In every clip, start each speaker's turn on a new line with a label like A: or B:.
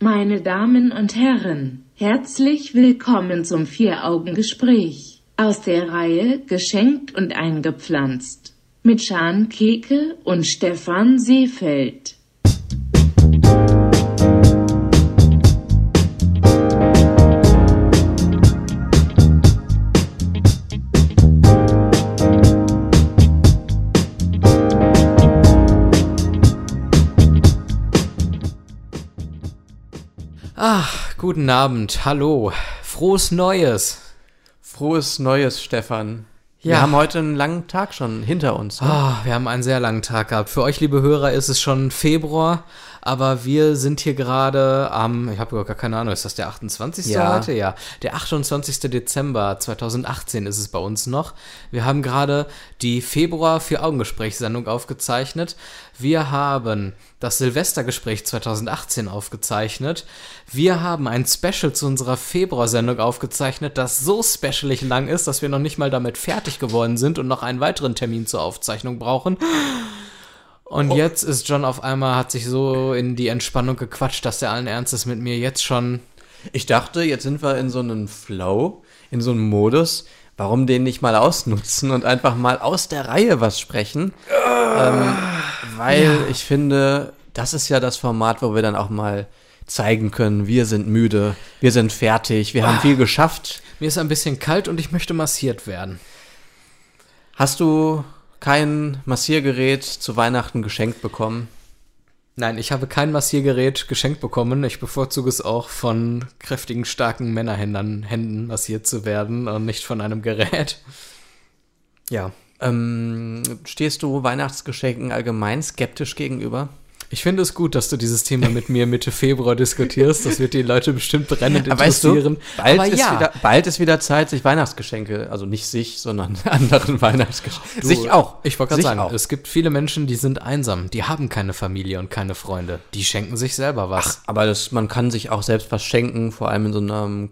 A: Meine Damen und Herren, herzlich willkommen zum Vier-Augen-Gespräch aus der Reihe Geschenkt und eingepflanzt mit Schan Keke und Stefan Seefeld.
B: Ach, guten Abend, hallo, frohes Neues.
C: Frohes Neues, Stefan.
B: Ja.
C: Wir haben heute einen langen Tag schon hinter uns. Ne?
B: Ah, wir haben einen sehr langen Tag gehabt. Für euch, liebe Hörer, ist es schon Februar, aber wir sind hier gerade am, ich habe gar keine Ahnung, ist das der 28.
C: Ja.
B: heute? Ja, der 28. Dezember 2018 ist es bei uns noch. Wir haben gerade die Februar für Augengesprächssendung aufgezeichnet. Wir haben das Silvestergespräch 2018 aufgezeichnet. Wir haben ein Special zu unserer Februarsendung aufgezeichnet, das so specialig lang ist, dass wir noch nicht mal damit fertig geworden sind und noch einen weiteren Termin zur Aufzeichnung brauchen. Und jetzt ist John auf einmal, hat sich so in die Entspannung gequatscht, dass er allen Ernstes mit mir jetzt schon.
C: Ich dachte, jetzt sind wir in so einem Flow, in so einem Modus. Warum den nicht mal ausnutzen und einfach mal aus der Reihe was sprechen? ähm, weil ich finde, das ist ja das Format, wo wir dann auch mal zeigen können, wir sind müde, wir sind fertig, wir
B: Ah.
C: haben viel geschafft.
B: Mir ist ein bisschen kalt und ich möchte massiert werden.
C: Hast du kein Massiergerät zu Weihnachten geschenkt bekommen?
B: Nein, ich habe kein Massiergerät geschenkt bekommen. Ich bevorzuge es auch von kräftigen, starken Männerhänden Händen massiert zu werden und nicht von einem Gerät. Ja.
C: Ähm, stehst du Weihnachtsgeschenken allgemein skeptisch gegenüber?
B: Ich finde es gut, dass du dieses Thema mit mir Mitte Februar diskutierst. Das wird die Leute bestimmt brennend interessieren.
C: bald,
B: Aber
C: ist
B: ja.
C: wieder, bald ist wieder Zeit, sich Weihnachtsgeschenke, also nicht sich, sondern anderen Weihnachtsgeschenke.
B: Du, Ich wollte gerade sagen, es gibt viele Menschen, die sind einsam, die haben keine Familie und keine Freunde. Die schenken sich selber was.
C: Aber das, man kann sich auch selbst was schenken, vor allem in so einem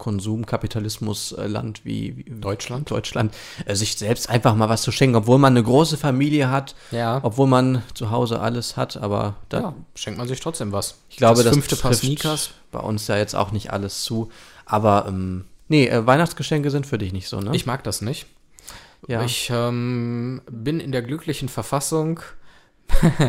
C: Konsumkapitalismusland wie, wie Deutschland. Deutschland, äh, sich selbst einfach mal was zu schenken, obwohl man eine große Familie hat,
B: Ja.
C: obwohl man zu Hause alles hat, aber da,
B: ja, schenkt man sich trotzdem was.
C: Ich glaube, das,
B: fünfte Paar
C: trifft
B: Sneakers.
C: bei uns ja jetzt auch nicht alles zu. Aber ähm, nee, äh, Weihnachtsgeschenke sind für dich nicht so, ne?
B: Ich mag das nicht.
C: ja.
B: Ich ähm, bin in der glücklichen Verfassung,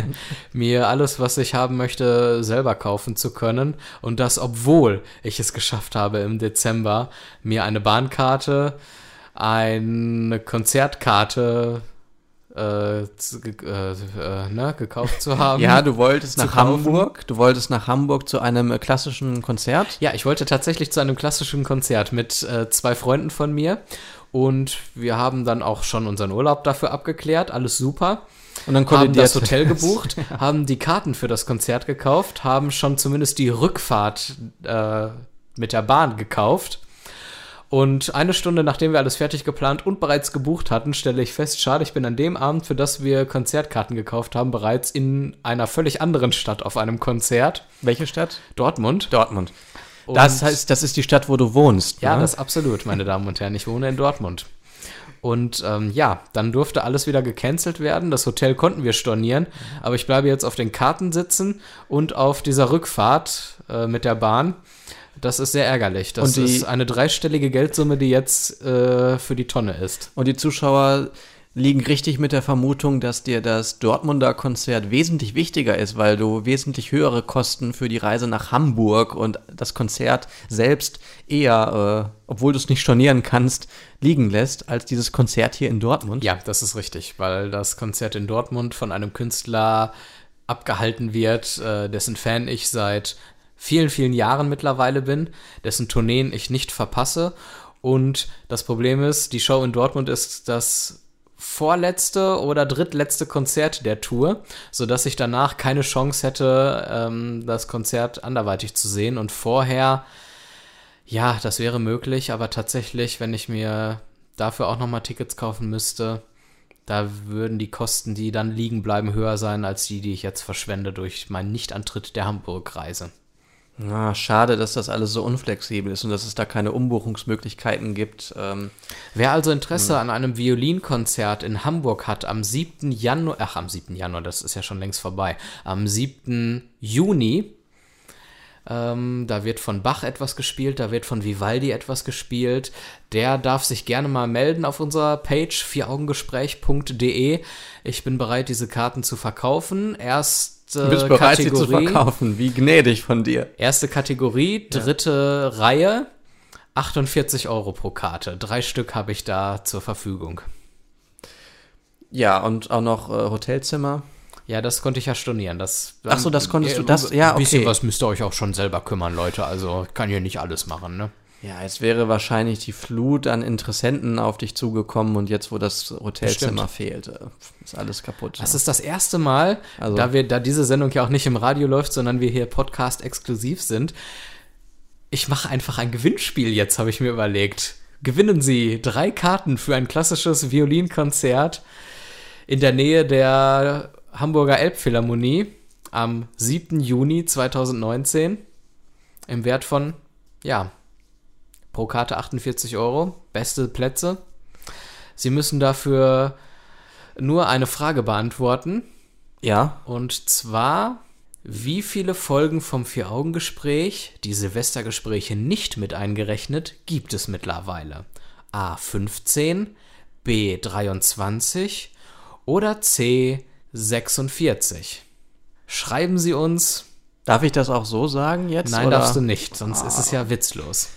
B: mir alles, was ich haben möchte, selber kaufen zu können. Und das, obwohl ich es geschafft habe, im Dezember mir eine Bahnkarte, eine Konzertkarte äh, zu- ge- äh, äh, ne, gekauft zu haben.
C: ja, du wolltest
B: Zu
C: nach
B: kaufen.
C: Hamburg. Du wolltest nach Hamburg zu einem äh, klassischen Konzert.
B: Ja, ich wollte tatsächlich zu einem klassischen Konzert mit äh, zwei Freunden von mir. Und wir haben dann auch schon unseren Urlaub dafür abgeklärt. Alles super.
C: Und dann
B: haben
C: kollidiert
B: das Hotel gebucht, haben die Karten für das Konzert gekauft, haben schon zumindest die Rückfahrt äh, mit der Bahn gekauft. Und eine Stunde nachdem wir alles fertig geplant und bereits gebucht hatten, stelle ich fest, schade, ich bin an dem Abend, für das wir Konzertkarten gekauft haben, bereits in einer völlig anderen Stadt auf einem Konzert,
C: Welche Stadt?
B: Dortmund.
C: Dortmund. das heißt, das ist die Stadt, wo du wohnst.
B: Ja,
C: ne?
B: das absolut, meine Damen und Herren. Ich wohne in Dortmund. Und ähm, ja, dann durfte alles wieder gecancelt werden. Das Hotel konnten wir stornieren, aber ich bleibe jetzt auf den Karten sitzen und auf dieser Rückfahrt äh, mit der Bahn. Das ist sehr ärgerlich. Das
C: Und die-
B: ist eine dreistellige Geldsumme, die jetzt äh, für die Tonne ist.
C: Und die Zuschauer liegen richtig mit der Vermutung, dass dir das Dortmunder Konzert wesentlich wichtiger ist, weil du wesentlich höhere Kosten für die Reise nach Hamburg und das Konzert selbst eher, äh, obwohl du es nicht stornieren kannst, liegen lässt, als dieses Konzert hier in Dortmund.
B: Ja, das ist richtig, weil das Konzert in Dortmund von einem Künstler abgehalten wird, äh, dessen Fan ich seit vielen, vielen Jahren mittlerweile bin, dessen Tourneen ich nicht verpasse. Und das Problem ist, die Show in Dortmund ist das vorletzte oder drittletzte Konzert der Tour, sodass ich danach keine Chance hätte, ähm, das Konzert anderweitig zu sehen. Und vorher ja, das wäre möglich, aber tatsächlich, wenn ich mir dafür auch nochmal Tickets kaufen müsste, da würden die Kosten, die dann liegen bleiben, höher sein als die, die ich jetzt verschwende durch meinen Nichtantritt der Hamburg-Reise.
C: Ah, schade, dass das alles so unflexibel ist und dass es da keine Umbuchungsmöglichkeiten gibt. Ähm,
B: Wer also Interesse
C: Hm.
B: an einem Violinkonzert in Hamburg hat, am 7. Januar, ach, am 7. Januar, das ist ja schon längst vorbei, am 7. Juni Ähm, da wird von Bach etwas gespielt, da wird von Vivaldi etwas gespielt. Der darf sich gerne mal melden auf unserer Page vieraugengespräch.de. Ich bin bereit, diese Karten zu verkaufen. Erst
C: Du bist bereit, sie zu verkaufen. Wie gnädig von dir.
B: Erste Kategorie, dritte Reihe, 48 Euro pro Karte. Drei Stück habe ich da zur Verfügung.
C: Ja, und auch noch äh, Hotelzimmer.
B: Ja, das konnte ich ja stornieren. Das,
C: Ach so, das konntest du, das- ja,
B: Ein bisschen
C: okay.
B: was müsst ihr euch auch schon selber kümmern, Leute. Also kann hier nicht alles machen, ne?
C: Ja, jetzt wäre wahrscheinlich die Flut an Interessenten auf dich zugekommen und jetzt, wo das Hotelzimmer fehlte, ist alles kaputt.
B: Das ist das erste Mal,
C: Also-
B: da, wir, da diese Sendung ja auch nicht im Radio läuft, sondern wir hier Podcast-exklusiv sind. Ich mache einfach ein Gewinnspiel jetzt, habe ich mir überlegt. Gewinnen Sie drei Karten für ein klassisches Violinkonzert in der Nähe der Hamburger Elbphilharmonie am 7. Juni 2019 im Wert von, ja, pro Karte 48 Euro, beste Plätze. Sie müssen dafür nur eine Frage beantworten.
C: ja,
B: Und zwar, wie viele Folgen vom Vier-Augen-Gespräch, die Silvestergespräche nicht mit eingerechnet, gibt es mittlerweile? A 15, B 23 oder C 46? Schreiben Sie uns.
C: darf ich das auch so sagen jetzt?
B: Nein,
C: oder?
B: darfst du nicht, sonst ist es ja witzlos.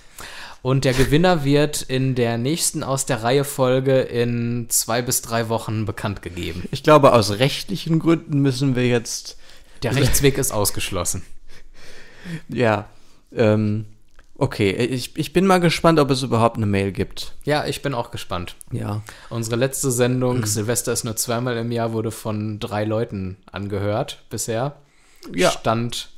B: Und der Gewinner wird in der nächsten aus der Reihe Folge in zwei bis drei Wochen bekannt gegeben.
C: Ich glaube, aus rechtlichen Gründen müssen wir jetzt,
B: Der Rechtsweg ist ausgeschlossen.
C: ja, ähm, okay, ich, ich bin mal gespannt, ob es überhaupt eine Mail gibt.
B: Ja, ich bin auch gespannt.
C: Ja.
B: Unsere letzte
C: Mhm.
B: Sendung, Silvester ist nur zweimal im Jahr, wurde von drei Leuten angehört bisher.
C: Ja.
B: Stand,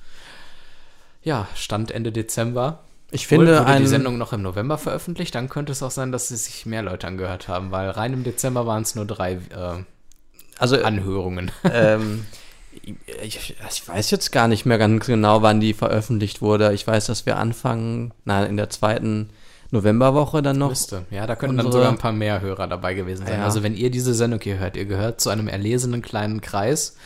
B: ja, Stand Ende Dezember.
C: Ich finde
B: wurde die
C: ein,
B: Sendung noch im November veröffentlicht, dann könnte es auch sein, dass es sich mehr Leute angehört haben, weil rein im Dezember waren es nur drei äh,
C: also
B: Anhörungen.
C: ähm, ich, ich weiß jetzt gar nicht mehr ganz genau, wann die veröffentlicht wurde. Ich weiß, dass wir anfangen, na, in der zweiten Novemberwoche dann noch
B: Liste. Ja, da könnten dann
C: Unsere-
B: sogar ein paar mehr Hörer dabei gewesen sein.
C: Ja.
B: Also wenn ihr diese Sendung hier hört, ihr gehört zu einem erlesenen kleinen Kreis.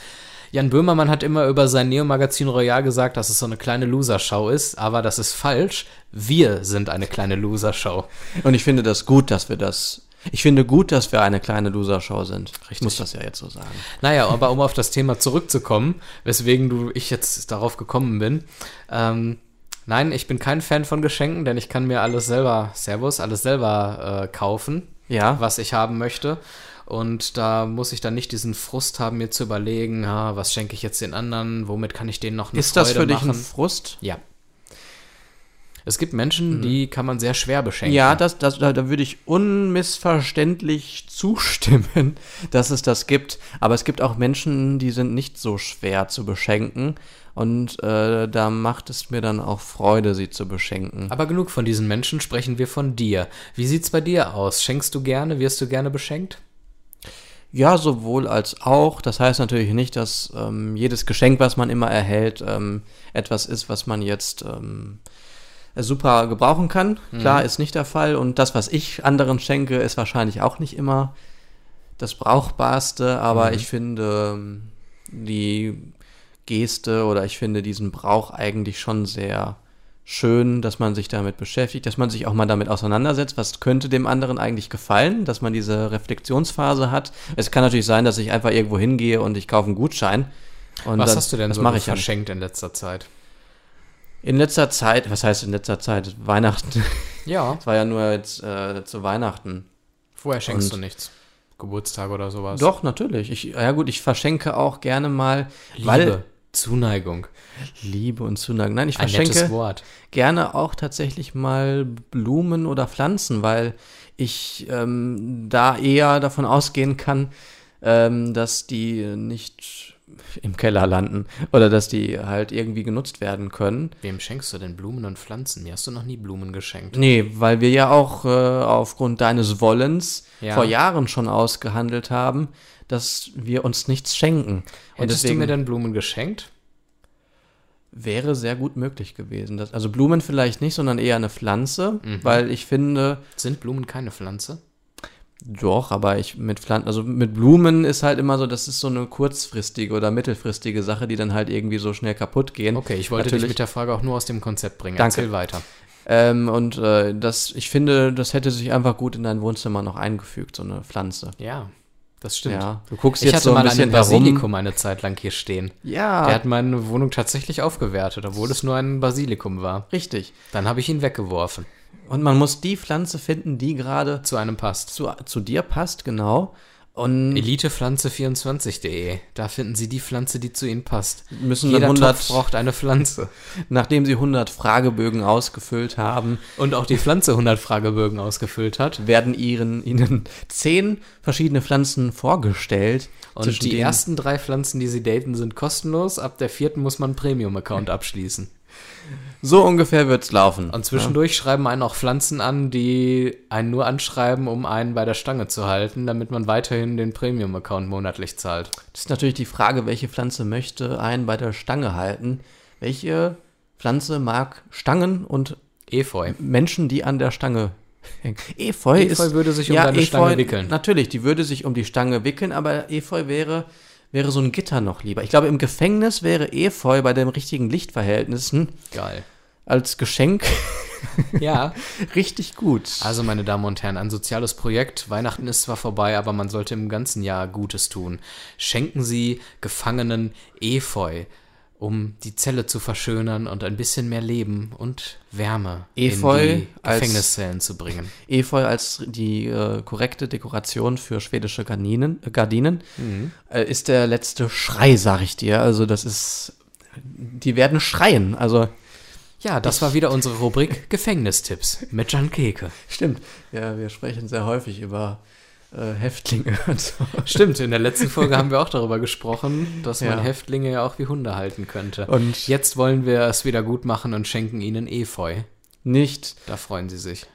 B: Jan Böhmermann hat immer über sein Neo-Magazin Royal gesagt, dass es so eine kleine Loser-Show ist, aber das ist falsch. Wir sind eine kleine Loser-Show.
C: Und ich finde das gut, dass wir das. Ich finde gut, dass wir eine kleine Loser-Show sind. Ich muss das ja jetzt so sagen.
B: Naja, aber um auf das Thema zurückzukommen, weswegen du ich jetzt darauf gekommen bin. Ähm, nein, ich bin kein Fan von Geschenken, denn ich kann mir alles selber, Servus, alles selber äh, kaufen.
C: Ja.
B: was ich haben möchte. Und da muss ich dann nicht diesen Frust haben, mir zu überlegen, ha, was schenke ich jetzt den anderen, womit kann ich denen noch eine
C: Ist
B: Freude
C: das für dich
B: machen?
C: ein Frust?
B: ja. Es gibt Menschen, die kann man sehr schwer beschenken.
C: Mhm. Ja, das, das, da, da würde ich unmissverständlich zustimmen, dass es das gibt. Aber es gibt auch Menschen, die sind nicht so schwer zu beschenken. Und äh, da macht es mir dann auch Freude, sie zu beschenken.
B: Aber genug von diesen Menschen, sprechen wir von dir. Wie sieht's bei dir aus? Schenkst du gerne? Wirst du gerne beschenkt?
C: Ja, sowohl als auch. Das heißt natürlich nicht, dass ähm, jedes Geschenk, was man immer erhält, ähm, etwas ist, was man jetzt ähm, super gebrauchen kann.
B: Mhm.
C: Klar, ist nicht der Fall. Und das, was ich anderen schenke, ist wahrscheinlich auch nicht immer das Brauchbarste. Aber
B: Mhm.
C: ich finde ähm, die Geste oder ich finde diesen Brauch eigentlich schon sehr schön, dass man sich damit beschäftigt, dass man sich auch mal damit auseinandersetzt, was könnte dem anderen eigentlich gefallen, dass man diese Reflexionsphase hat. Es kann natürlich sein, dass ich einfach irgendwo hingehe und ich kaufe einen Gutschein. Und
B: was
C: das-
B: hast du denn
C: das
B: so
C: mache ich ja nicht.
B: verschenkt in letzter Zeit?
C: In letzter Zeit, was heißt in letzter Zeit? Weihnachten.
B: Ja,
C: Es war ja nur jetzt äh, zu Weihnachten.
B: vorher schenkst
C: Und-
B: du nichts. Geburtstag oder sowas.
C: Doch, natürlich. Ich, ja gut, ich verschenke auch gerne mal
B: Liebe,
C: Weil,
B: Zuneigung.
C: Liebe und Zuneigung. Nein, ich
B: Ein nettes
C: verschenke
B: Wort.
C: gerne auch tatsächlich mal Blumen oder Pflanzen, weil ich ähm, da eher davon ausgehen kann, ähm, dass die nicht im Keller landen oder dass die halt irgendwie genutzt werden können.
B: Wem schenkst du denn Blumen und Pflanzen? Mir hast du noch nie Blumen geschenkt.
C: Nee, weil wir ja auch äh, aufgrund deines Wollens
B: Ja.
C: vor Jahren schon ausgehandelt haben, dass wir uns nichts schenken. Und
B: Hättest du
C: deswegen
B: mir denn Blumen geschenkt?
C: wäre sehr gut möglich gewesen. Dass, also Blumen
B: Mhm.
C: vielleicht nicht, sondern eher eine Pflanze, weil ich finde,
B: Sind Blumen keine Pflanze?
C: Doch, aber ich mit Pflanzen, also mit Blumen ist halt immer so, das ist so eine kurzfristige oder mittelfristige Sache, die dann halt irgendwie so schnell kaputt gehen.
B: Okay, ich wollte dich
C: Natürlich-
B: mit der Frage auch nur aus dem Konzept bringen.
C: Danke.
B: Erzähl weiter.
C: Ähm, und äh, das, ich finde, das hätte sich einfach gut in dein Wohnzimmer noch eingefügt, so eine Pflanze.
B: Ja, das stimmt.
C: Ja, du guckst
B: Ich
C: jetzt
B: hatte
C: so ein
B: mal
C: bisschen
B: einen
C: darum.
B: Basilikum eine Zeit lang hier stehen.
C: Ja,
B: Der hat meine Wohnung tatsächlich aufgewertet, obwohl es nur ein Basilikum war.
C: richtig.
B: Dann habe ich ihn weggeworfen.
C: Und man muss die Pflanze finden, die gerade
B: Zu einem passt.
C: zu, zu dir passt, genau. Und
B: Elitepflanze24.de. Da finden Sie die Pflanze, die zu Ihnen passt.
C: Müssen dann
B: Jeder
C: 100
B: Topf braucht eine Pflanze.
C: nachdem sie 100 Fragebögen ausgefüllt haben,
B: Und auch die Pflanze 100 Fragebögen ausgefüllt hat.
C: werden ihren, ihnen zehn verschiedene Pflanzen vorgestellt.
B: Und
C: zwischen
B: die
C: denen-
B: ersten drei Pflanzen, die Sie daten, sind kostenlos. Ab der vierten muss man einen Premium-Account abschließen.
C: So ungefähr wird's laufen.
B: Und zwischendurch schreiben einen auch Pflanzen an, die einen nur anschreiben, um einen bei der Stange zu halten, damit man weiterhin den Premium-Account monatlich zahlt.
C: Das ist natürlich die Frage, welche Pflanze möchte einen bei der Stange halten? Welche Pflanze mag Stangen und
B: Efeu.
C: Menschen, die an der Stange hängen? Efeu,
B: Efeu
C: ist,
B: würde sich um deine Stange wickeln.
C: Natürlich, die würde sich um die Stange wickeln, aber Efeu wäre, wäre so ein Gitter noch lieber. Ich glaube, im Gefängnis wäre Efeu bei den richtigen Lichtverhältnissen
B: Geil.
C: als Geschenk
B: Ja.
C: richtig gut.
B: Also, meine Damen und Herren, ein soziales Projekt. Weihnachten ist zwar vorbei, aber man sollte im ganzen Jahr Gutes tun. Schenken Sie Gefangenen Efeu, um die Zelle zu verschönern und ein bisschen mehr Leben und Wärme
C: Efeu
B: in die
C: als-
B: Gefängniszellen zu bringen.
C: Efeu als die äh, korrekte Dekoration für schwedische Gardinen, äh, Gardinen
B: Mhm.
C: äh, ist der letzte Schrei, sag ich dir. Also das ist, die werden schreien. Also
B: Ja, das war wieder unsere Rubrik Gefängnistipps mit Jan Keke.
C: stimmt. Ja, wir sprechen sehr häufig über äh, Häftlinge und so.
B: Stimmt, in der letzten Folge haben wir auch darüber gesprochen, dass man
C: Ja.
B: Häftlinge ja auch wie Hunde halten könnte.
C: Und-
B: jetzt wollen wir es wieder gut machen und schenken ihnen Efeu.
C: Nicht,
B: Da freuen sie sich.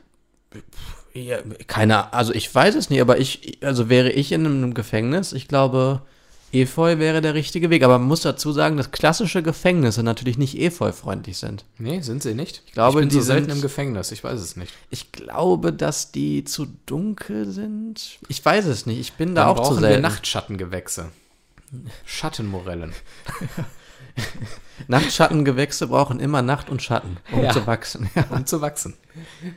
C: ja, keine, also ich weiß es nicht, aber ich, also wäre ich in einem Gefängnis, ich glaube, Efeu wäre der richtige Weg. Aber man muss dazu sagen, dass klassische Gefängnisse natürlich nicht Efeu-freundlich sind.
B: Nee, sind sie nicht? Ich ich
C: glaube,
B: bin
C: die
B: so selten
C: sind-
B: im Gefängnis, ich weiß es nicht.
C: Ich glaube, dass die zu dunkel sind. Ich weiß es nicht. Ich bin da
B: Dann
C: auch zu
B: brauchen wir
C: selten.
B: Nachtschattengewächse. Schattenmorellen.
C: Nachtschattengewächse brauchen immer Nacht und Schatten, um
B: Ja.
C: zu wachsen. Ja.
B: um zu wachsen.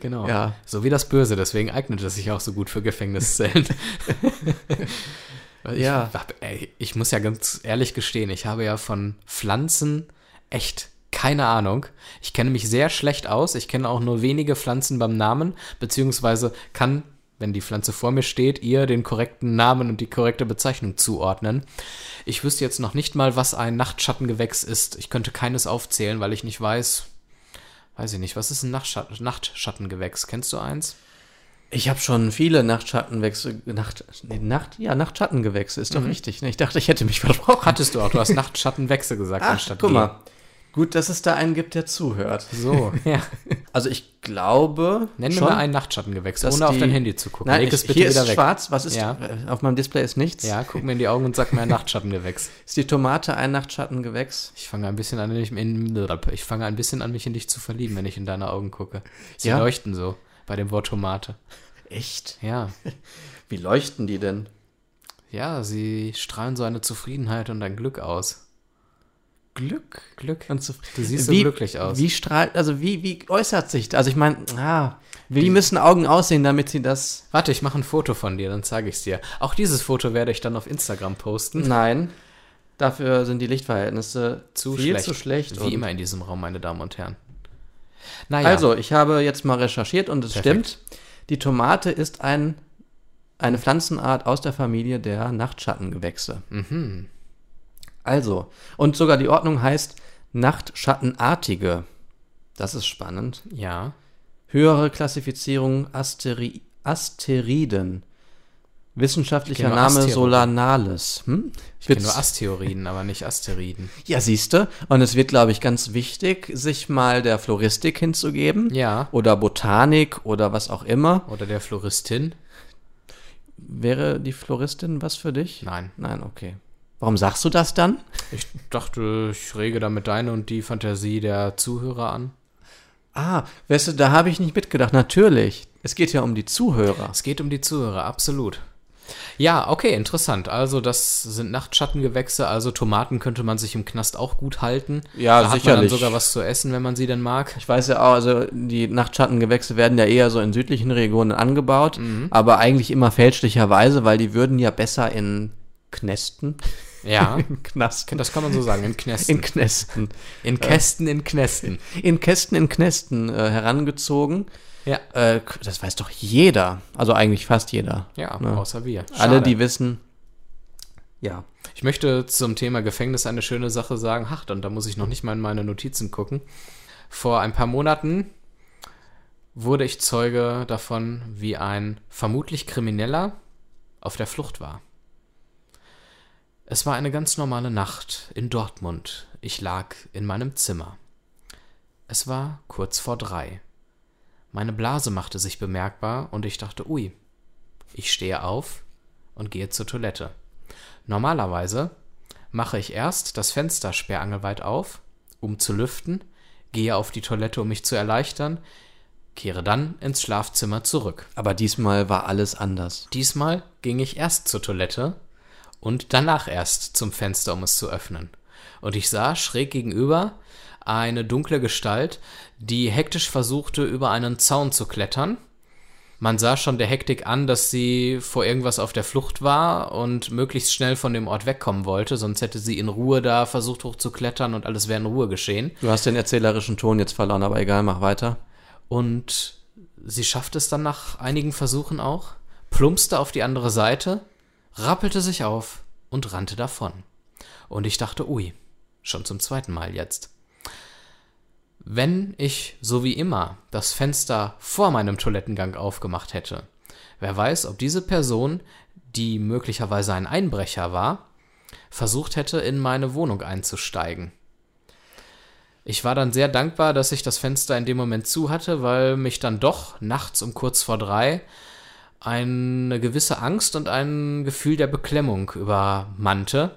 B: Genau.
C: Ja.
B: So wie das Böse, deswegen eignet es sich auch so gut für Gefängniszellen. Weil ich,
C: Ja.
B: hab- ey, ich muss ja ganz ehrlich gestehen, ich habe ja von Pflanzen echt keine Ahnung. Ich kenne mich sehr schlecht aus. Ich kenne auch nur wenige Pflanzen beim Namen, beziehungsweise kann, wenn die Pflanze vor mir steht, ihr den korrekten Namen und die korrekte Bezeichnung zuordnen. Ich wüsste jetzt noch nicht mal, was ein Nachtschattengewächs ist. Ich könnte keines aufzählen, weil ich nicht weiß, Weiß ich nicht, was ist ein Nachtschatt Nachtschattengewächs? Kennst du eins?
C: Ich habe schon viele Nachtschattengewächse, Nacht, nee, Nacht, ja, Nachtschattengewächse ist doch
B: Mhm.
C: richtig. Ne? Ich dachte, ich hätte mich versprochen.
B: Hattest du auch, du hast Nachtschattenwechsel gesagt
C: Ach,
B: anstatt
C: guck
B: G.
C: mal. Gut, dass es da einen gibt, der zuhört.
B: So, ja.
C: Also ich glaube
B: Nenn
C: schon,
B: mir mal einen Nachtschattengewächs,
C: dass
B: ohne auf
C: die-
B: dein Handy zu gucken.
C: Nein,
B: Leg
C: ich,
B: es bitte
C: hier
B: wieder
C: ist
B: weg.
C: schwarz. Was ist
B: Ja.
C: äh, auf meinem Display ist nichts.
B: Ja, guck mir in die Augen und sag mir ein Nachtschattengewächs.
C: Ist die Tomate ein Nachtschattengewächs?
B: Ich fange ein bisschen an, mich in, ich fange ein bisschen an, mich in dich zu verlieben, wenn ich in deine Augen gucke. Sie
C: Ja?
B: leuchten so bei dem Wort Tomate.
C: Echt?
B: Ja.
C: Wie leuchten die denn?
B: Ja, sie strahlen so eine Zufriedenheit und ein Glück aus.
C: Glück.
B: Glück.
C: Und zuf-
B: Du siehst so
C: Wie-
B: glücklich aus.
C: Wie strahlt, also wie, wie äußert sich das? Also ich meine, ah, wie müssen Augen aussehen, damit sie das.
B: Warte, ich mache ein Foto von dir, dann zeige ich es dir. Auch dieses Foto werde ich dann auf Instagram posten.
C: Nein. Dafür sind die Lichtverhältnisse
B: zu
C: viel
B: schlecht.
C: zu schlecht.
B: Wie
C: und-
B: immer in diesem Raum, meine Damen und Herren. Naja,
C: Also, ich habe jetzt mal recherchiert und es
B: Perfekt.
C: stimmt. Die Tomate ist ein, eine Pflanzenart aus der Familie der Nachtschattengewächse.
B: Mhm.
C: Also, und sogar die Ordnung heißt Nachtschattenartige. Das ist spannend.
B: ja.
C: Höhere Klassifizierung Asteri Asteriden. Wissenschaftlicher
B: Ich kenne nur
C: Name
B: Asteroiden.
C: Solanales. Hm?
B: Ich kenne nur Asteroiden, aber nicht Asteriden.
C: ja, siehste. Und es wird, glaube ich, ganz wichtig, sich mal der Floristik hinzugeben.
B: Ja.
C: Oder Botanik oder was auch immer.
B: Oder der Floristin.
C: Wäre die Floristin was für dich?
B: Nein.
C: Nein, okay. Warum sagst du das dann?
B: Ich dachte, ich rege damit deine und die Fantasie der Zuhörer an.
C: Ah, weißt du, da habe ich nicht mitgedacht. Natürlich. Es geht ja um die Zuhörer.
B: Es geht um die Zuhörer, absolut. Ja, okay, interessant. Also, das sind Nachtschattengewächse. Also, Tomaten könnte man sich im Knast auch gut halten.
C: Ja,
B: da Hat man dann
C: sicherlich.
B: sogar was zu essen, wenn man sie denn mag.
C: Ich weiß ja auch, also die Nachtschattengewächse werden ja eher so in südlichen Regionen angebaut,
B: Mhm.
C: aber eigentlich immer fälschlicherweise, weil die würden ja besser in Knästen.
B: Ja,
C: Knasten.
B: das kann man so sagen, in Knästen.
C: In Knästen.
B: In Kästen, in Knästen.
C: In Kästen, in Knästen äh, herangezogen.
B: Ja,
C: Äh, das weiß doch jeder. Also eigentlich fast jeder.
B: ja,
C: Ne?
B: außer wir.
C: Alle,
B: Schade.
C: die wissen. Ja.
B: Ich möchte zum Thema Gefängnis eine schöne Sache sagen. Ach, dann da muss ich noch nicht mal in meine Notizen gucken. Vor ein paar Monaten wurde ich Zeuge davon, wie ein vermutlich Krimineller auf der Flucht war. Es war eine ganz normale Nacht in Dortmund. Ich lag in meinem Zimmer. Es war kurz vor drei. Meine Blase machte sich bemerkbar und ich dachte, ui. Ich stehe auf und gehe zur Toilette. Normalerweise mache ich erst das Fenster sperrangelweit auf, um zu lüften, gehe auf die Toilette, um mich zu erleichtern, kehre dann ins Schlafzimmer zurück.
C: Aber diesmal war alles anders.
B: Diesmal ging ich erst zur Toilette und danach erst zum Fenster, um es zu öffnen. Und ich sah schräg gegenüber eine dunkle Gestalt, die hektisch versuchte, über einen Zaun zu klettern. Man sah schon der Hektik an, dass sie vor irgendwas auf der Flucht war und möglichst schnell von dem Ort wegkommen wollte, sonst hätte sie in Ruhe da versucht hochzuklettern und alles wäre in Ruhe geschehen.
C: Du hast den erzählerischen Ton jetzt verloren, aber egal, mach weiter.
B: Und sie schafft es dann nach einigen Versuchen auch, plumpste auf die andere Seite, rappelte sich auf und rannte davon. Und ich dachte, ui, schon zum zweiten Mal jetzt. Wenn ich, so wie immer, das Fenster vor meinem Toilettengang aufgemacht hätte, wer weiß, ob diese Person, die möglicherweise ein Einbrecher war, versucht hätte, in meine Wohnung einzusteigen. Ich war dann sehr dankbar, dass ich das Fenster in dem Moment zu hatte, weil mich dann doch nachts um kurz vor drei eine gewisse Angst und ein Gefühl der Beklemmung übermannte.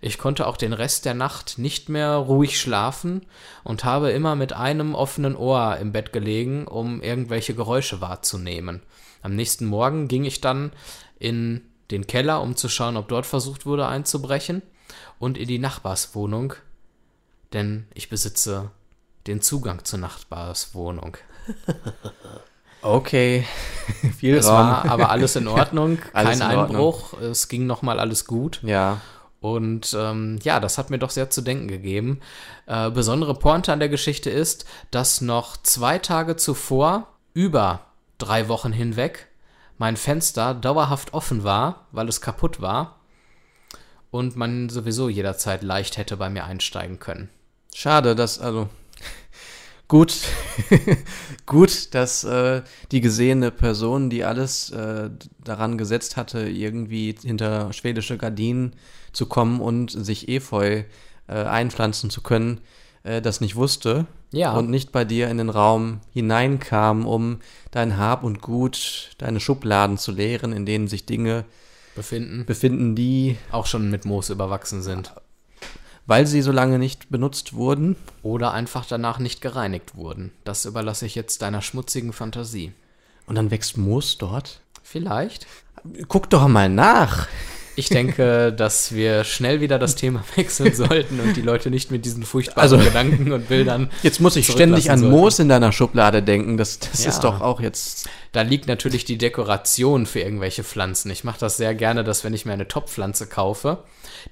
B: Ich konnte auch den Rest der Nacht nicht mehr ruhig schlafen und habe immer mit einem offenen Ohr im Bett gelegen, um irgendwelche Geräusche wahrzunehmen. Am nächsten Morgen ging ich dann in den Keller, um zu schauen, ob dort versucht wurde einzubrechen, und in die Nachbarswohnung, denn ich besitze den Zugang zur Nachbarswohnung.
C: Okay. Viel
B: Es
C: Raum.
B: war aber alles in Ordnung,
C: Alles
B: kein
C: in Ordnung.
B: Einbruch, es ging nochmal alles gut.
C: ja.
B: Und ähm, ja, das hat mir doch sehr zu denken gegeben. Äh, besondere Pointe an der Geschichte ist, dass noch zwei Tage zuvor, über drei Wochen hinweg, mein Fenster dauerhaft offen war, weil es kaputt war und man sowieso jederzeit leicht hätte bei mir einsteigen können.
C: Schade, dass, also, gut, gut, dass äh, die gesehene Person, die alles äh, daran gesetzt hatte, irgendwie hinter schwedische Gardinen zu kommen und sich Efeu äh, einpflanzen zu können, äh, das nicht wusste
B: Ja.
C: und nicht bei dir in den Raum hineinkam, um dein Hab und Gut, deine Schubladen zu leeren, in denen sich Dinge
B: Befinden
C: befinden, die,
B: auch schon mit Moos überwachsen sind.
C: weil sie so lange nicht benutzt wurden,
B: Oder einfach danach nicht gereinigt wurden. Das überlasse ich jetzt deiner schmutzigen Fantasie.
C: und dann wächst Moos dort.
B: Vielleicht.
C: Guck doch mal nach.
B: Ich denke, dass wir schnell wieder das Thema wechseln sollten und die Leute nicht mit diesen furchtbaren
C: Also-
B: Gedanken und Bildern.
C: Jetzt muss ich
B: zurücklassen
C: ständig an
B: sollten.
C: Moos in deiner Schublade denken. Das, das
B: Ja.
C: ist doch auch jetzt.
B: Da liegt natürlich die Dekoration für irgendwelche Pflanzen. Ich mache das sehr gerne, dass wenn ich mir eine Topfpflanze kaufe,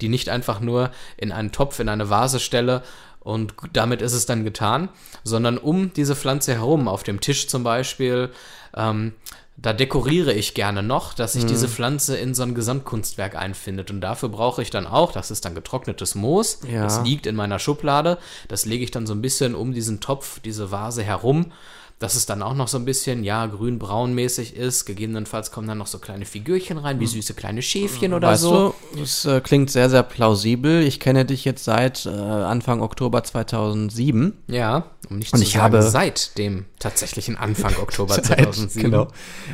B: die nicht einfach nur in einen Topf, in eine Vase stelle und gu- damit ist es dann getan, sondern um diese Pflanze herum, auf dem Tisch zum Beispiel, ähm, da dekoriere ich gerne noch, dass sich diese Pflanze in so ein Gesamtkunstwerk einfindet. Und dafür brauche ich dann auch, das ist dann getrocknetes Moos,
C: Ja.
B: das liegt in meiner Schublade, das lege ich dann so ein bisschen um diesen Topf, diese Vase herum, dass es dann auch noch so ein bisschen, ja, grün-braun mäßig ist. Gegebenenfalls kommen dann noch so kleine Figürchen rein, wie süße kleine Schäfchen oder
C: Mhm. weißt
B: so.
C: du, es äh, klingt sehr, sehr plausibel. Ich kenne dich jetzt seit äh, Anfang Oktober 2007.
B: Ja, um nicht
C: Und
B: zu
C: ich
B: sagen,
C: habe-
B: seit dem tatsächlichen Anfang Oktober
C: Seit-
B: 2007.
C: Genau.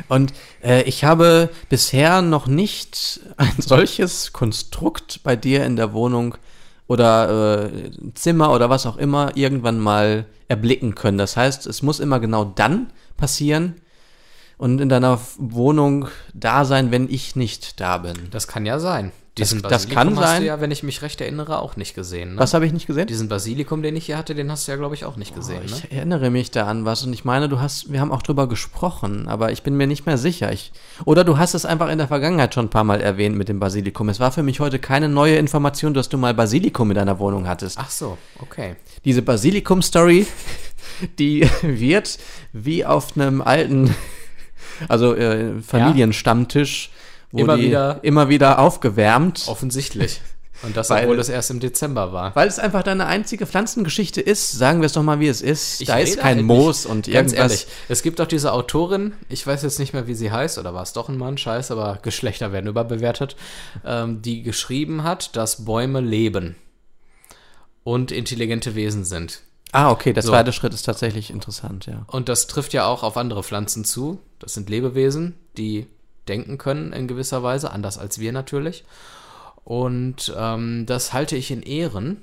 C: Und äh, ich habe bisher noch nicht ein solches Konstrukt bei dir in der Wohnung oder äh, Zimmer oder was auch immer irgendwann mal erblicken können. Das heißt, es muss immer genau dann passieren, und in deiner Wohnung da sein, wenn ich nicht da bin.
B: Das kann ja sein. Diesen
C: Das- das
B: Basilikum
C: kann
B: hast
C: sein.
B: du ja, wenn ich mich recht erinnere, auch nicht gesehen. Ne?
C: Was habe ich nicht gesehen?
B: Diesen Basilikum, den ich hier hatte, den hast du ja, glaube ich, auch nicht gesehen. ne?
C: Ich erinnere mich da an was und ich meine, du hast, wir haben auch drüber gesprochen, aber ich bin mir nicht mehr sicher. Ich, oder du hast es einfach in der Vergangenheit schon ein paar Mal erwähnt mit dem Basilikum. Es war für mich heute keine neue Information, dass du mal Basilikum in deiner Wohnung hattest.
B: Ach so, okay.
C: Ah, Diese Basilikum-Story, die wird wie auf einem alten, also äh, Familienstammtisch, wo
B: Immer
C: die
B: wieder-
C: immer wieder aufgewärmt.
B: Offensichtlich. Und das,
C: Weil-
B: obwohl das erst im Dezember war.
C: Weil es einfach deine einzige Pflanzengeschichte ist, sagen wir es doch mal, wie es ist. da ist
B: rede
C: kein
B: halt
C: Moos
B: nicht.
C: und
B: Ganz
C: irgendwas.
B: ehrlich, es gibt auch diese Autorin, ich weiß jetzt nicht mehr, wie sie heißt, oder war es doch ein Mann, scheiß, aber Geschlechter werden überbewertet, ähm, die geschrieben hat, dass Bäume leben und intelligente Wesen sind.
C: Ah, okay, der
B: So.
C: zweite Schritt ist tatsächlich interessant, ja.
B: Und das trifft ja auch auf andere Pflanzen zu. Das sind Lebewesen, die denken können in gewisser Weise, anders als wir natürlich. Und ähm, das halte ich in Ehren.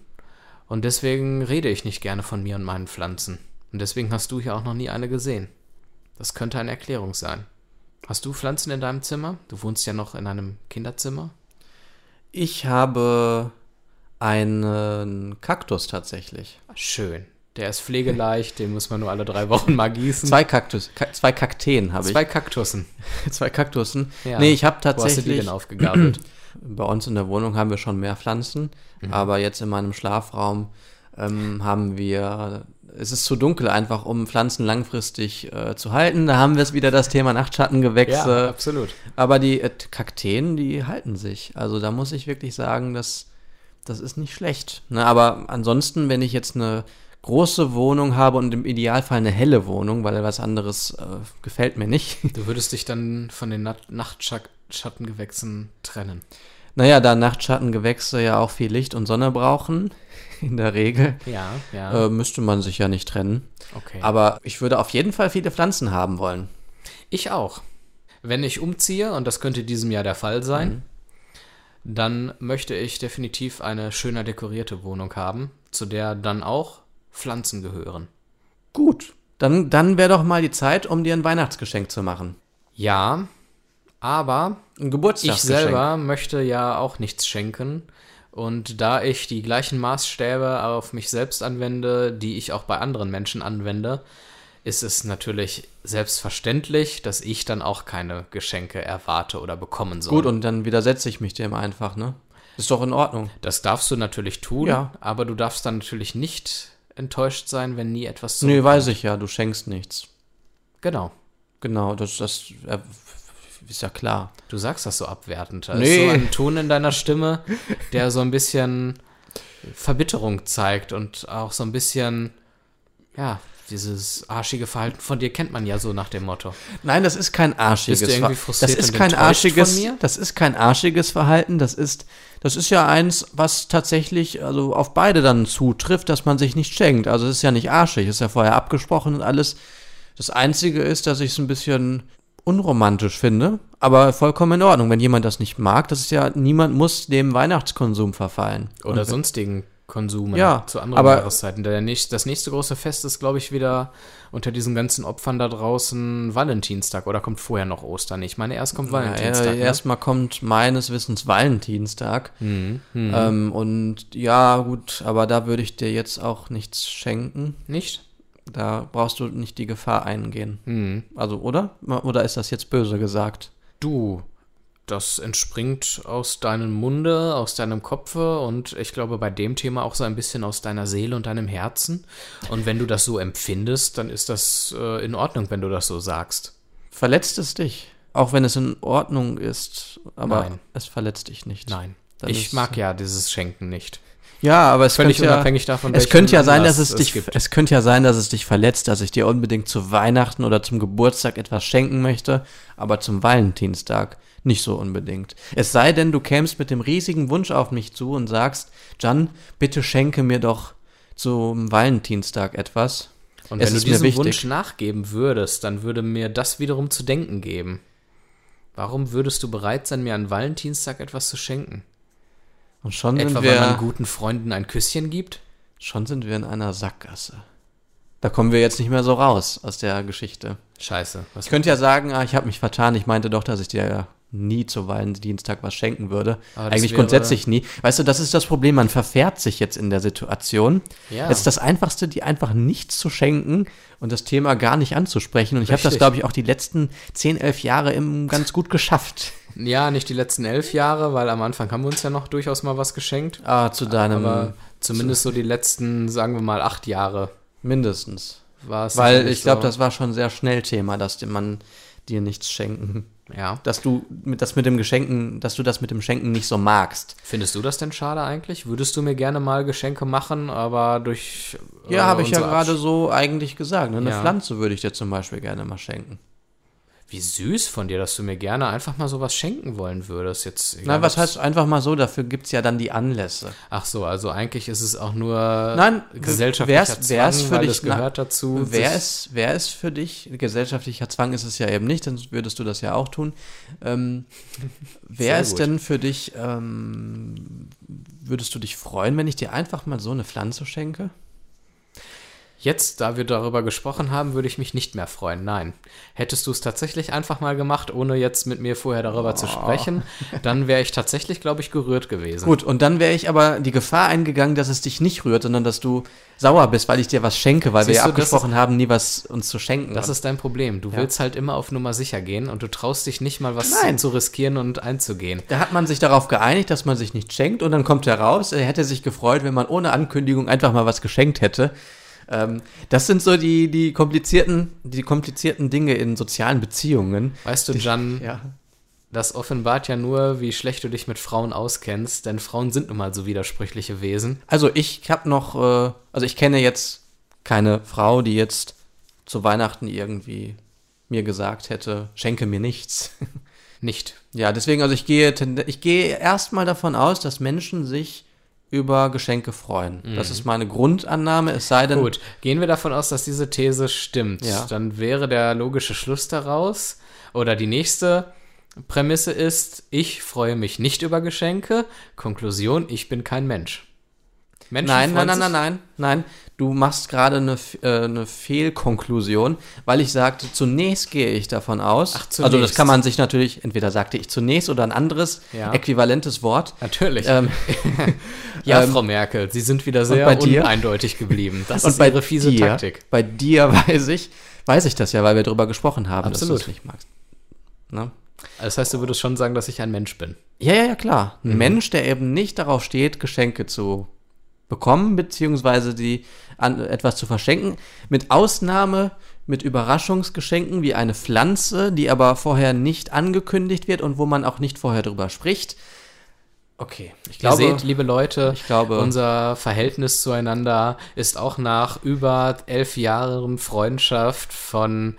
B: Und deswegen rede ich nicht gerne von mir und meinen Pflanzen. Und deswegen hast du hier auch noch nie eine gesehen. Das könnte eine Erklärung sein. Hast du Pflanzen in deinem Zimmer? Du wohnst ja noch in einem Kinderzimmer.
C: Ich habe einen Kaktus tatsächlich.
B: Schön. Der ist pflegeleicht, den muss man nur alle drei Wochen mal gießen.
C: Hm. Zwei Kaktus, Ka zwei Kakteen habe
B: Zwei Kaktussen.
C: ich. Zwei Kaktussen.
B: Ja.
C: Nee, ich habe
B: Wo hast du die
C: tatsächlich.
B: denn aufgegabelt?
C: Bei uns in der Wohnung haben wir schon mehr Pflanzen, aber jetzt in meinem Schlafraum ähm, haben wir. Es ist zu dunkel einfach, um Pflanzen langfristig äh, zu halten. Da haben wir es wieder das Thema Nachtschattengewächse.
B: ja, absolut.
C: Aber die äh, Kakteen, die halten sich. Also da muss ich wirklich sagen, dass das ist nicht schlecht. Ne, aber ansonsten, wenn ich jetzt eine große Wohnung habe und im Idealfall eine helle Wohnung, weil was anderes äh, gefällt mir nicht.
B: Du würdest dich dann von den Nat- Nachtschattengewächsen trennen.
C: naja, da Nachtschattengewächse ja auch viel Licht und Sonne brauchen, in der Regel,
B: Ja, ja.
C: äh, müsste man sich ja nicht trennen.
B: okay. Ähm, Aber
C: Aber ich würde auf jeden Fall viele Pflanzen haben wollen.
B: ich auch. Wenn ich umziehe, und das könnte diesem Jahr der Fall sein, dann möchte ich definitiv eine schöner dekorierte Wohnung haben, zu der dann auch Pflanzen gehören.
C: Gut. Dann, dann wäre doch mal die Zeit, um dir ein Weihnachtsgeschenk zu machen.
B: Ja, aber
C: Ein
B: ich
C: Geburtstagsgeschenk.
B: selber möchte ja auch nichts schenken. Und da ich die gleichen Maßstäbe auf mich selbst anwende, die ich auch bei anderen Menschen anwende, ist es natürlich selbstverständlich, dass ich dann auch keine Geschenke erwarte oder bekommen soll.
C: Gut, und dann widersetze ich mich dem einfach, ne? Ist doch in Ordnung.
B: Das darfst du natürlich tun,
C: Ja.
B: aber du darfst dann natürlich nicht enttäuscht sein, wenn nie etwas zu.
C: Nee, weiß ich ja, du schenkst nichts.
B: Genau.
C: Genau, das, das äh, ist ja klar.
B: Du sagst das so abwertend. Da ist
C: Nee.
B: so ein Ton in deiner Stimme, der so ein bisschen Verbitterung zeigt und auch so ein bisschen, ja, dieses arschige Verhalten von dir kennt man ja so nach dem Motto.
C: Nein, das ist kein arschiges
B: Bist du irgendwie
C: Ver-
B: frustriert
C: Das ist
B: und
C: kein
B: enttäuscht von
C: arschiges,
B: mir?
C: das ist kein arschiges Verhalten, das ist das ist ja eins, was tatsächlich also auf beide dann zutrifft, dass man sich nicht schenkt. Also es ist ja nicht arschig, ist ja vorher abgesprochen und alles. Das einzige ist, dass ich es ein bisschen unromantisch finde, aber vollkommen in Ordnung, wenn jemand das nicht mag, das ist ja niemand muss dem Weihnachtskonsum verfallen.
B: Oder sonstigen Konsumen
C: äh, Ja,
B: zu anderen
C: aber-
B: Jahreszeiten. Der nächst, das nächste große Fest ist, glaube ich, wieder unter diesen ganzen Opfern da draußen Valentinstag oder kommt vorher noch Ostern? Ich meine, erst kommt
C: Ja,
B: Valentinstag.
C: äh,
B: ne?
C: Erstmal kommt meines Wissens Valentinstag.
B: Mhm,
C: Ähm, und ja, gut, aber da würde ich dir jetzt auch nichts schenken.
B: Nicht?
C: Da brauchst du nicht die Gefahr eingehen.
B: Mhm.
C: Also, oder? Ma- Oder ist das jetzt böse gesagt?
B: Du, das entspringt aus deinem Munde, aus deinem Kopfe und ich glaube bei dem Thema auch so ein bisschen aus deiner Seele und deinem Herzen. Und wenn du das so empfindest, dann ist das äh, in Ordnung, wenn du das so sagst.
C: Verletzt es dich? Auch wenn es in Ordnung ist, aber
B: Nein.
C: es verletzt dich nicht.
B: Nein.
C: Dann
B: ich
C: ist-
B: mag ja dieses Schenken nicht.
C: Ja, aber es
B: Völlig
C: könnte ja,
B: unabhängig davon,
C: es
B: welchen
C: könnte ja sein,
B: Anlass
C: dass es,
B: es
C: dich,
B: gibt.
C: es könnte ja sein, dass es dich verletzt, dass ich dir unbedingt zu Weihnachten oder zum Geburtstag etwas schenken möchte, aber zum Valentinstag nicht so unbedingt. Es sei denn, du kämst mit dem riesigen Wunsch auf mich zu und sagst, Jan, bitte schenke mir doch zum Valentinstag etwas.
B: Und
C: Es
B: wenn du
C: ist mir
B: diesem
C: wichtig.
B: Wunsch nachgeben würdest, dann würde mir das wiederum zu denken geben. Warum würdest du bereit sein, mir an Valentinstag etwas zu schenken?
C: Und schon
B: Etwa
C: sind
B: weil man
C: wir,
B: guten Freunden ein Küsschen gibt?
C: schon sind wir in einer Sackgasse. Da kommen wir jetzt nicht mehr so raus aus der Geschichte.
B: Scheiße. Was
C: Ich könnte ja sagen, ah, ich habe mich vertan. Ich meinte doch, dass ich dir nie zu Valentinstag was schenken würde.
B: Aber das
C: Eigentlich
B: wäre-
C: grundsätzlich nie. Weißt du, das ist das Problem. Man verfährt sich jetzt in der Situation.
B: Ja.
C: Es ist das Einfachste, dir einfach nichts zu schenken und das Thema gar nicht anzusprechen. Und ich habe das,
B: Richtig.
C: glaube ich, auch die letzten 10, 11 Jahre im ganz gut geschafft.
B: ja, nicht die letzten elf Jahre, weil am Anfang haben wir uns ja noch durchaus mal was geschenkt.
C: Ah, zu deinem
B: Aber zumindest so die letzten, sagen wir mal, acht Jahre
C: mindestens.
B: war es.
C: Weil
B: sicherlich
C: ich glaube,
B: so.
C: das war schon sehr schnell Thema, dass dir man dir nichts schenken.
B: Ja.
C: Dass du mit, das mit dem Geschenken, dass du das mit dem Schenken nicht so magst.
B: Findest du das denn schade eigentlich? Würdest du mir gerne mal Geschenke machen, aber durch. äh,
C: Ja, habe ich ja
B: unsere Abs-
C: gerade so eigentlich gesagt. Ne? Eine
B: Ja.
C: Pflanze würde ich dir zum Beispiel gerne mal schenken.
B: Wie süß von dir, dass du mir gerne einfach mal sowas schenken wollen würdest. Jetzt, egal,
C: Na, was
B: ob's-
C: heißt einfach mal so, dafür gibt's ja dann die Anlässe.
B: Ach so, also eigentlich ist es auch nur
C: Nein,
B: gesellschaftlicher
C: wär's- wär's
B: Zwang,
C: für
B: weil
C: dich-
B: es gehört dazu.
C: Wer
B: sich-
C: ist, wer ist für dich, gesellschaftlicher Zwang ist es ja eben nicht, dann würdest du das ja auch tun. Ähm, wer
B: Sehr
C: ist
B: gut.
C: denn für dich, ähm, würdest du dich freuen, wenn ich dir einfach mal so eine Pflanze schenke?
B: Jetzt, da wir darüber gesprochen haben, würde ich mich nicht mehr freuen. Nein. Hättest du es tatsächlich einfach mal gemacht, ohne jetzt mit mir vorher darüber zu sprechen, dann wäre ich tatsächlich, glaube ich, gerührt gewesen.
C: Oh. Gut, und dann wäre ich aber die Gefahr eingegangen, dass es dich nicht rührt, sondern dass du sauer bist, weil ich dir was schenke, weil
B: Siehst
C: wir ja
B: du, das
C: abgesprochen haben, nie was uns zu schenken.
B: Das
C: Und-
B: ist dein Problem. Du willst halt immer auf Nummer sicher gehen und du traust dich nicht mal was
C: Nein.
B: zu riskieren und einzugehen.
C: Da hat man sich darauf geeinigt, dass man sich nicht schenkt und dann kommt heraus, er hätte sich gefreut, wenn man ohne Ankündigung einfach mal was geschenkt hätte. Ähm, das sind so die, die, komplizierten, die komplizierten Dinge in sozialen Beziehungen.
B: Weißt du, Jan,
C: Ja.
B: das offenbart ja nur, wie schlecht du dich mit Frauen auskennst, denn Frauen sind nun mal so widersprüchliche Wesen.
C: Also ich habe noch, äh, also ich kenne jetzt keine Frau, die jetzt zu Weihnachten irgendwie mir gesagt hätte, schenke mir nichts.
B: Nicht.
C: Ja, deswegen, also ich gehe, tende- ich gehe erstmal davon aus, dass Menschen sich über Geschenke freuen. Das ist meine Grundannahme, es sei denn,
B: Gut, gehen wir davon aus, dass diese These stimmt.
C: Ja.
B: Dann wäre der logische Schluss daraus oder die nächste Prämisse ist, ich freue mich nicht über Geschenke. Konklusion, ich bin kein Mensch. Menschen
C: Nein, nein,
B: freuen
C: nein,
B: sich-
C: nein, nein, nein. Du machst gerade eine, F- äh, eine Fehlkonklusion, weil ich sagte, zunächst gehe ich davon aus.
B: Ach,
C: Also das
B: zunächst.
C: kann man sich natürlich, entweder sagte ich zunächst oder ein anderes
B: Ja.
C: äquivalentes Wort.
B: Natürlich.
C: Ähm,
B: ja,
C: ähm,
B: Frau Merkel, Sie sind wieder sehr
C: bei dir?
B: uneindeutig geblieben. Das
C: und
B: ist
C: bei
B: Ihre fiese
C: dir,
B: Taktik.
C: Bei dir weiß ich, weiß ich das ja, weil wir darüber gesprochen haben, dass
B: Absolut.
C: du es nicht magst. Ne?
B: Das heißt, du würdest schon sagen, dass ich ein Mensch bin.
C: Ja, ja, ja, klar. Ein Mensch, der eben nicht darauf steht, Geschenke zu bekommen, beziehungsweise die an, etwas zu verschenken, mit Ausnahme mit Überraschungsgeschenken wie eine Pflanze, die aber vorher nicht angekündigt wird und wo man auch nicht vorher drüber spricht. Okay, ich glaube,
B: Ihr seht, liebe Leute,
C: ich glaube-
B: unser Verhältnis zueinander ist auch nach über elf Jahren Freundschaft von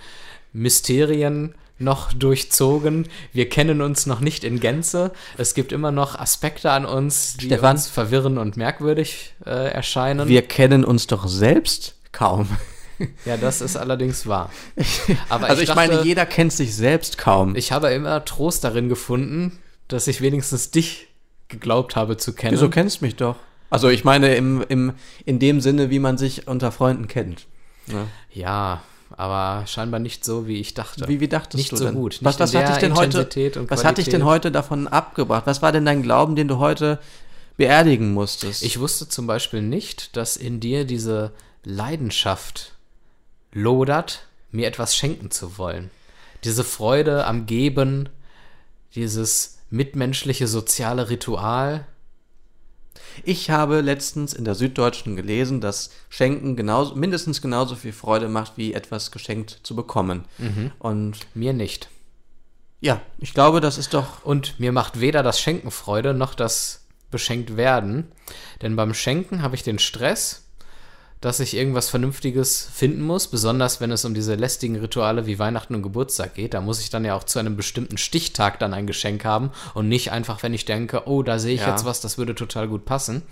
B: Mysterien noch durchzogen. Wir kennen uns noch nicht in Gänze. Es gibt immer noch Aspekte an uns, die
C: Stefan?
B: uns verwirren und merkwürdig äh, erscheinen.
C: wir kennen uns doch selbst kaum.
B: ja, das ist allerdings wahr. Aber
C: also ich,
B: ich
C: meine,
B: dachte-
C: jeder kennt sich selbst kaum.
B: Ich habe immer Trost darin gefunden, dass ich wenigstens dich geglaubt habe zu kennen.
C: Wieso kennst mich doch? Also ich meine im, im, in dem Sinne, wie man sich unter Freunden kennt. Ne?
B: Ja, aber scheinbar nicht so, wie ich dachte.
C: Wie, wie dachtest
B: nicht
C: du
B: so
C: denn?
B: gut. Nicht
C: was was
B: in
C: hatte
B: der
C: ich denn heute?
B: Intensität und
C: Was hatte ich denn
B: Qualität.
C: heute davon abgebracht? Was war denn dein Glauben, den du heute beerdigen musstest?
B: Ich wusste zum Beispiel nicht, dass in dir diese Leidenschaft lodert, mir etwas schenken zu wollen. Diese Freude am Geben, dieses mitmenschliche soziale Ritual.
C: ich habe letztens in der Süddeutschen gelesen, dass Schenken genauso, mindestens genauso viel Freude macht, wie etwas geschenkt zu bekommen.
B: Mhm.
C: Und
B: Mir nicht.
C: ja, ich glaube, das ist doch
B: Und mir macht weder das Schenken Freude noch das beschenkt werden. Denn beim Schenken habe ich den Stress, dass ich irgendwas Vernünftiges finden muss, besonders wenn es um diese lästigen Rituale wie Weihnachten und Geburtstag geht. Da muss ich dann ja auch zu einem bestimmten Stichtag dann ein Geschenk haben und nicht einfach, wenn ich denke, oh, da sehe ich
C: Ja.
B: jetzt was, das würde total gut passen.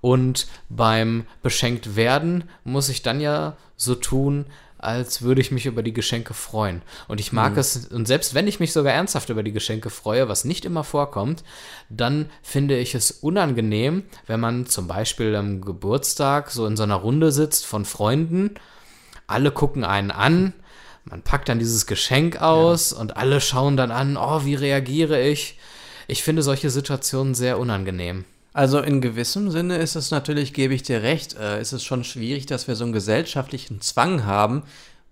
B: Und beim beschenkt werden muss ich dann ja so tun, als würde ich mich über die Geschenke freuen. Und ich mag es, und selbst wenn ich mich sogar ernsthaft über die Geschenke freue, was nicht immer vorkommt, dann finde ich es unangenehm, wenn man zum Beispiel am Geburtstag so in so einer Runde sitzt von Freunden, alle gucken einen an, Man packt dann dieses Geschenk aus und alle schauen dann an, oh, wie reagiere ich? Ich finde solche Situationen sehr unangenehm.
C: Also in gewissem Sinne ist es natürlich, gebe ich dir recht, äh, ist es schon schwierig, dass wir so einen gesellschaftlichen Zwang haben,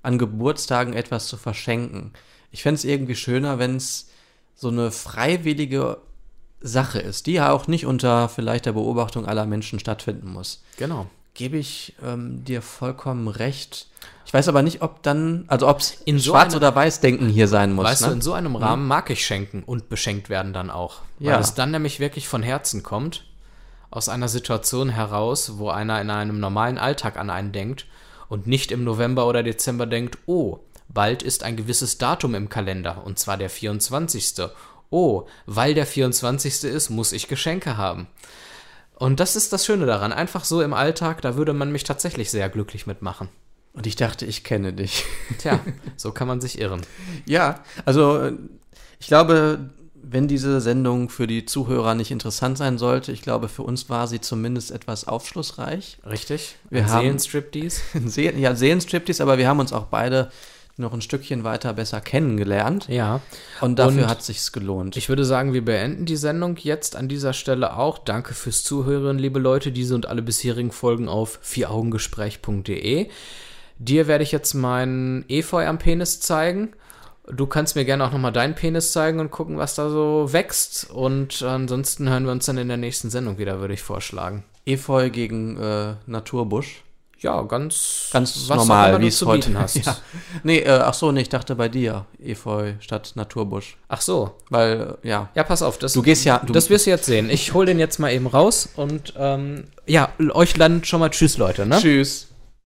C: an Geburtstagen etwas zu verschenken. Ich fände es irgendwie schöner, wenn es so eine freiwillige Sache ist, die ja auch nicht unter vielleicht der Beobachtung aller Menschen stattfinden muss.
B: Genau.
C: Gebe ich ähm, dir vollkommen recht. Ich weiß aber nicht, ob dann, also ob es
B: In so
C: schwarz
B: einer-
C: oder weiß denken hier sein muss.
B: Weißt
C: ne?
B: du, in so einem Rahmen mag ich schenken und beschenkt werden dann auch. Weil
C: Ja.
B: es dann nämlich wirklich von Herzen kommt, aus einer Situation heraus, wo einer in einem normalen Alltag an einen denkt und nicht im November oder Dezember denkt, oh, bald ist ein gewisses Datum im Kalender, und zwar der 24. Oh, weil der 24. ist, muss ich Geschenke haben. Und das ist das Schöne daran. Einfach so im Alltag, da würde man mich tatsächlich sehr glücklich mitmachen.
C: Und ich dachte, ich kenne dich.
B: Tja, so kann man sich irren.
C: Ja, also äh, ich glaube, wenn diese Sendung für die Zuhörer nicht interessant sein sollte, ich glaube, für uns war sie zumindest etwas aufschlussreich.
B: Richtig?
C: Wir
B: Ein
C: haben-
B: Seelenstriptease.
C: Se ja, Seelenstriptease, aber wir haben uns auch beide noch ein Stückchen weiter besser kennengelernt.
B: Ja.
C: Und dafür
B: Und-
C: hat sich's gelohnt.
B: Ich würde sagen, wir beenden die Sendung jetzt an dieser Stelle auch. Danke fürs Zuhören, liebe Leute. Diese und alle bisherigen Folgen auf vieraugengespräch.de. Dir werde ich jetzt meinen Efeu am Penis zeigen. Du kannst mir gerne auch nochmal deinen Penis zeigen und gucken, was da so wächst. Und ansonsten hören wir uns dann in der nächsten Sendung wieder, würde ich vorschlagen.
C: Efeu gegen äh, Naturbusch.
B: Ja, ganz,
C: Ganz
B: was auch immer
C: normal,
B: du
C: wie es
B: zu
C: heute
B: bieten hast.
C: Ja. Nee, äh, ach so, nee, ich dachte bei dir Efeu statt Naturbusch,
B: Ach so.
C: weil äh, ja.
B: Ja, pass auf. Das,
C: Du gehst ja, du,
B: das wirst du jetzt sehen. Ich hole den jetzt mal eben raus und ähm, ja, euch landet schon mal Tschüss, Leute. Ne?
C: Tschüss.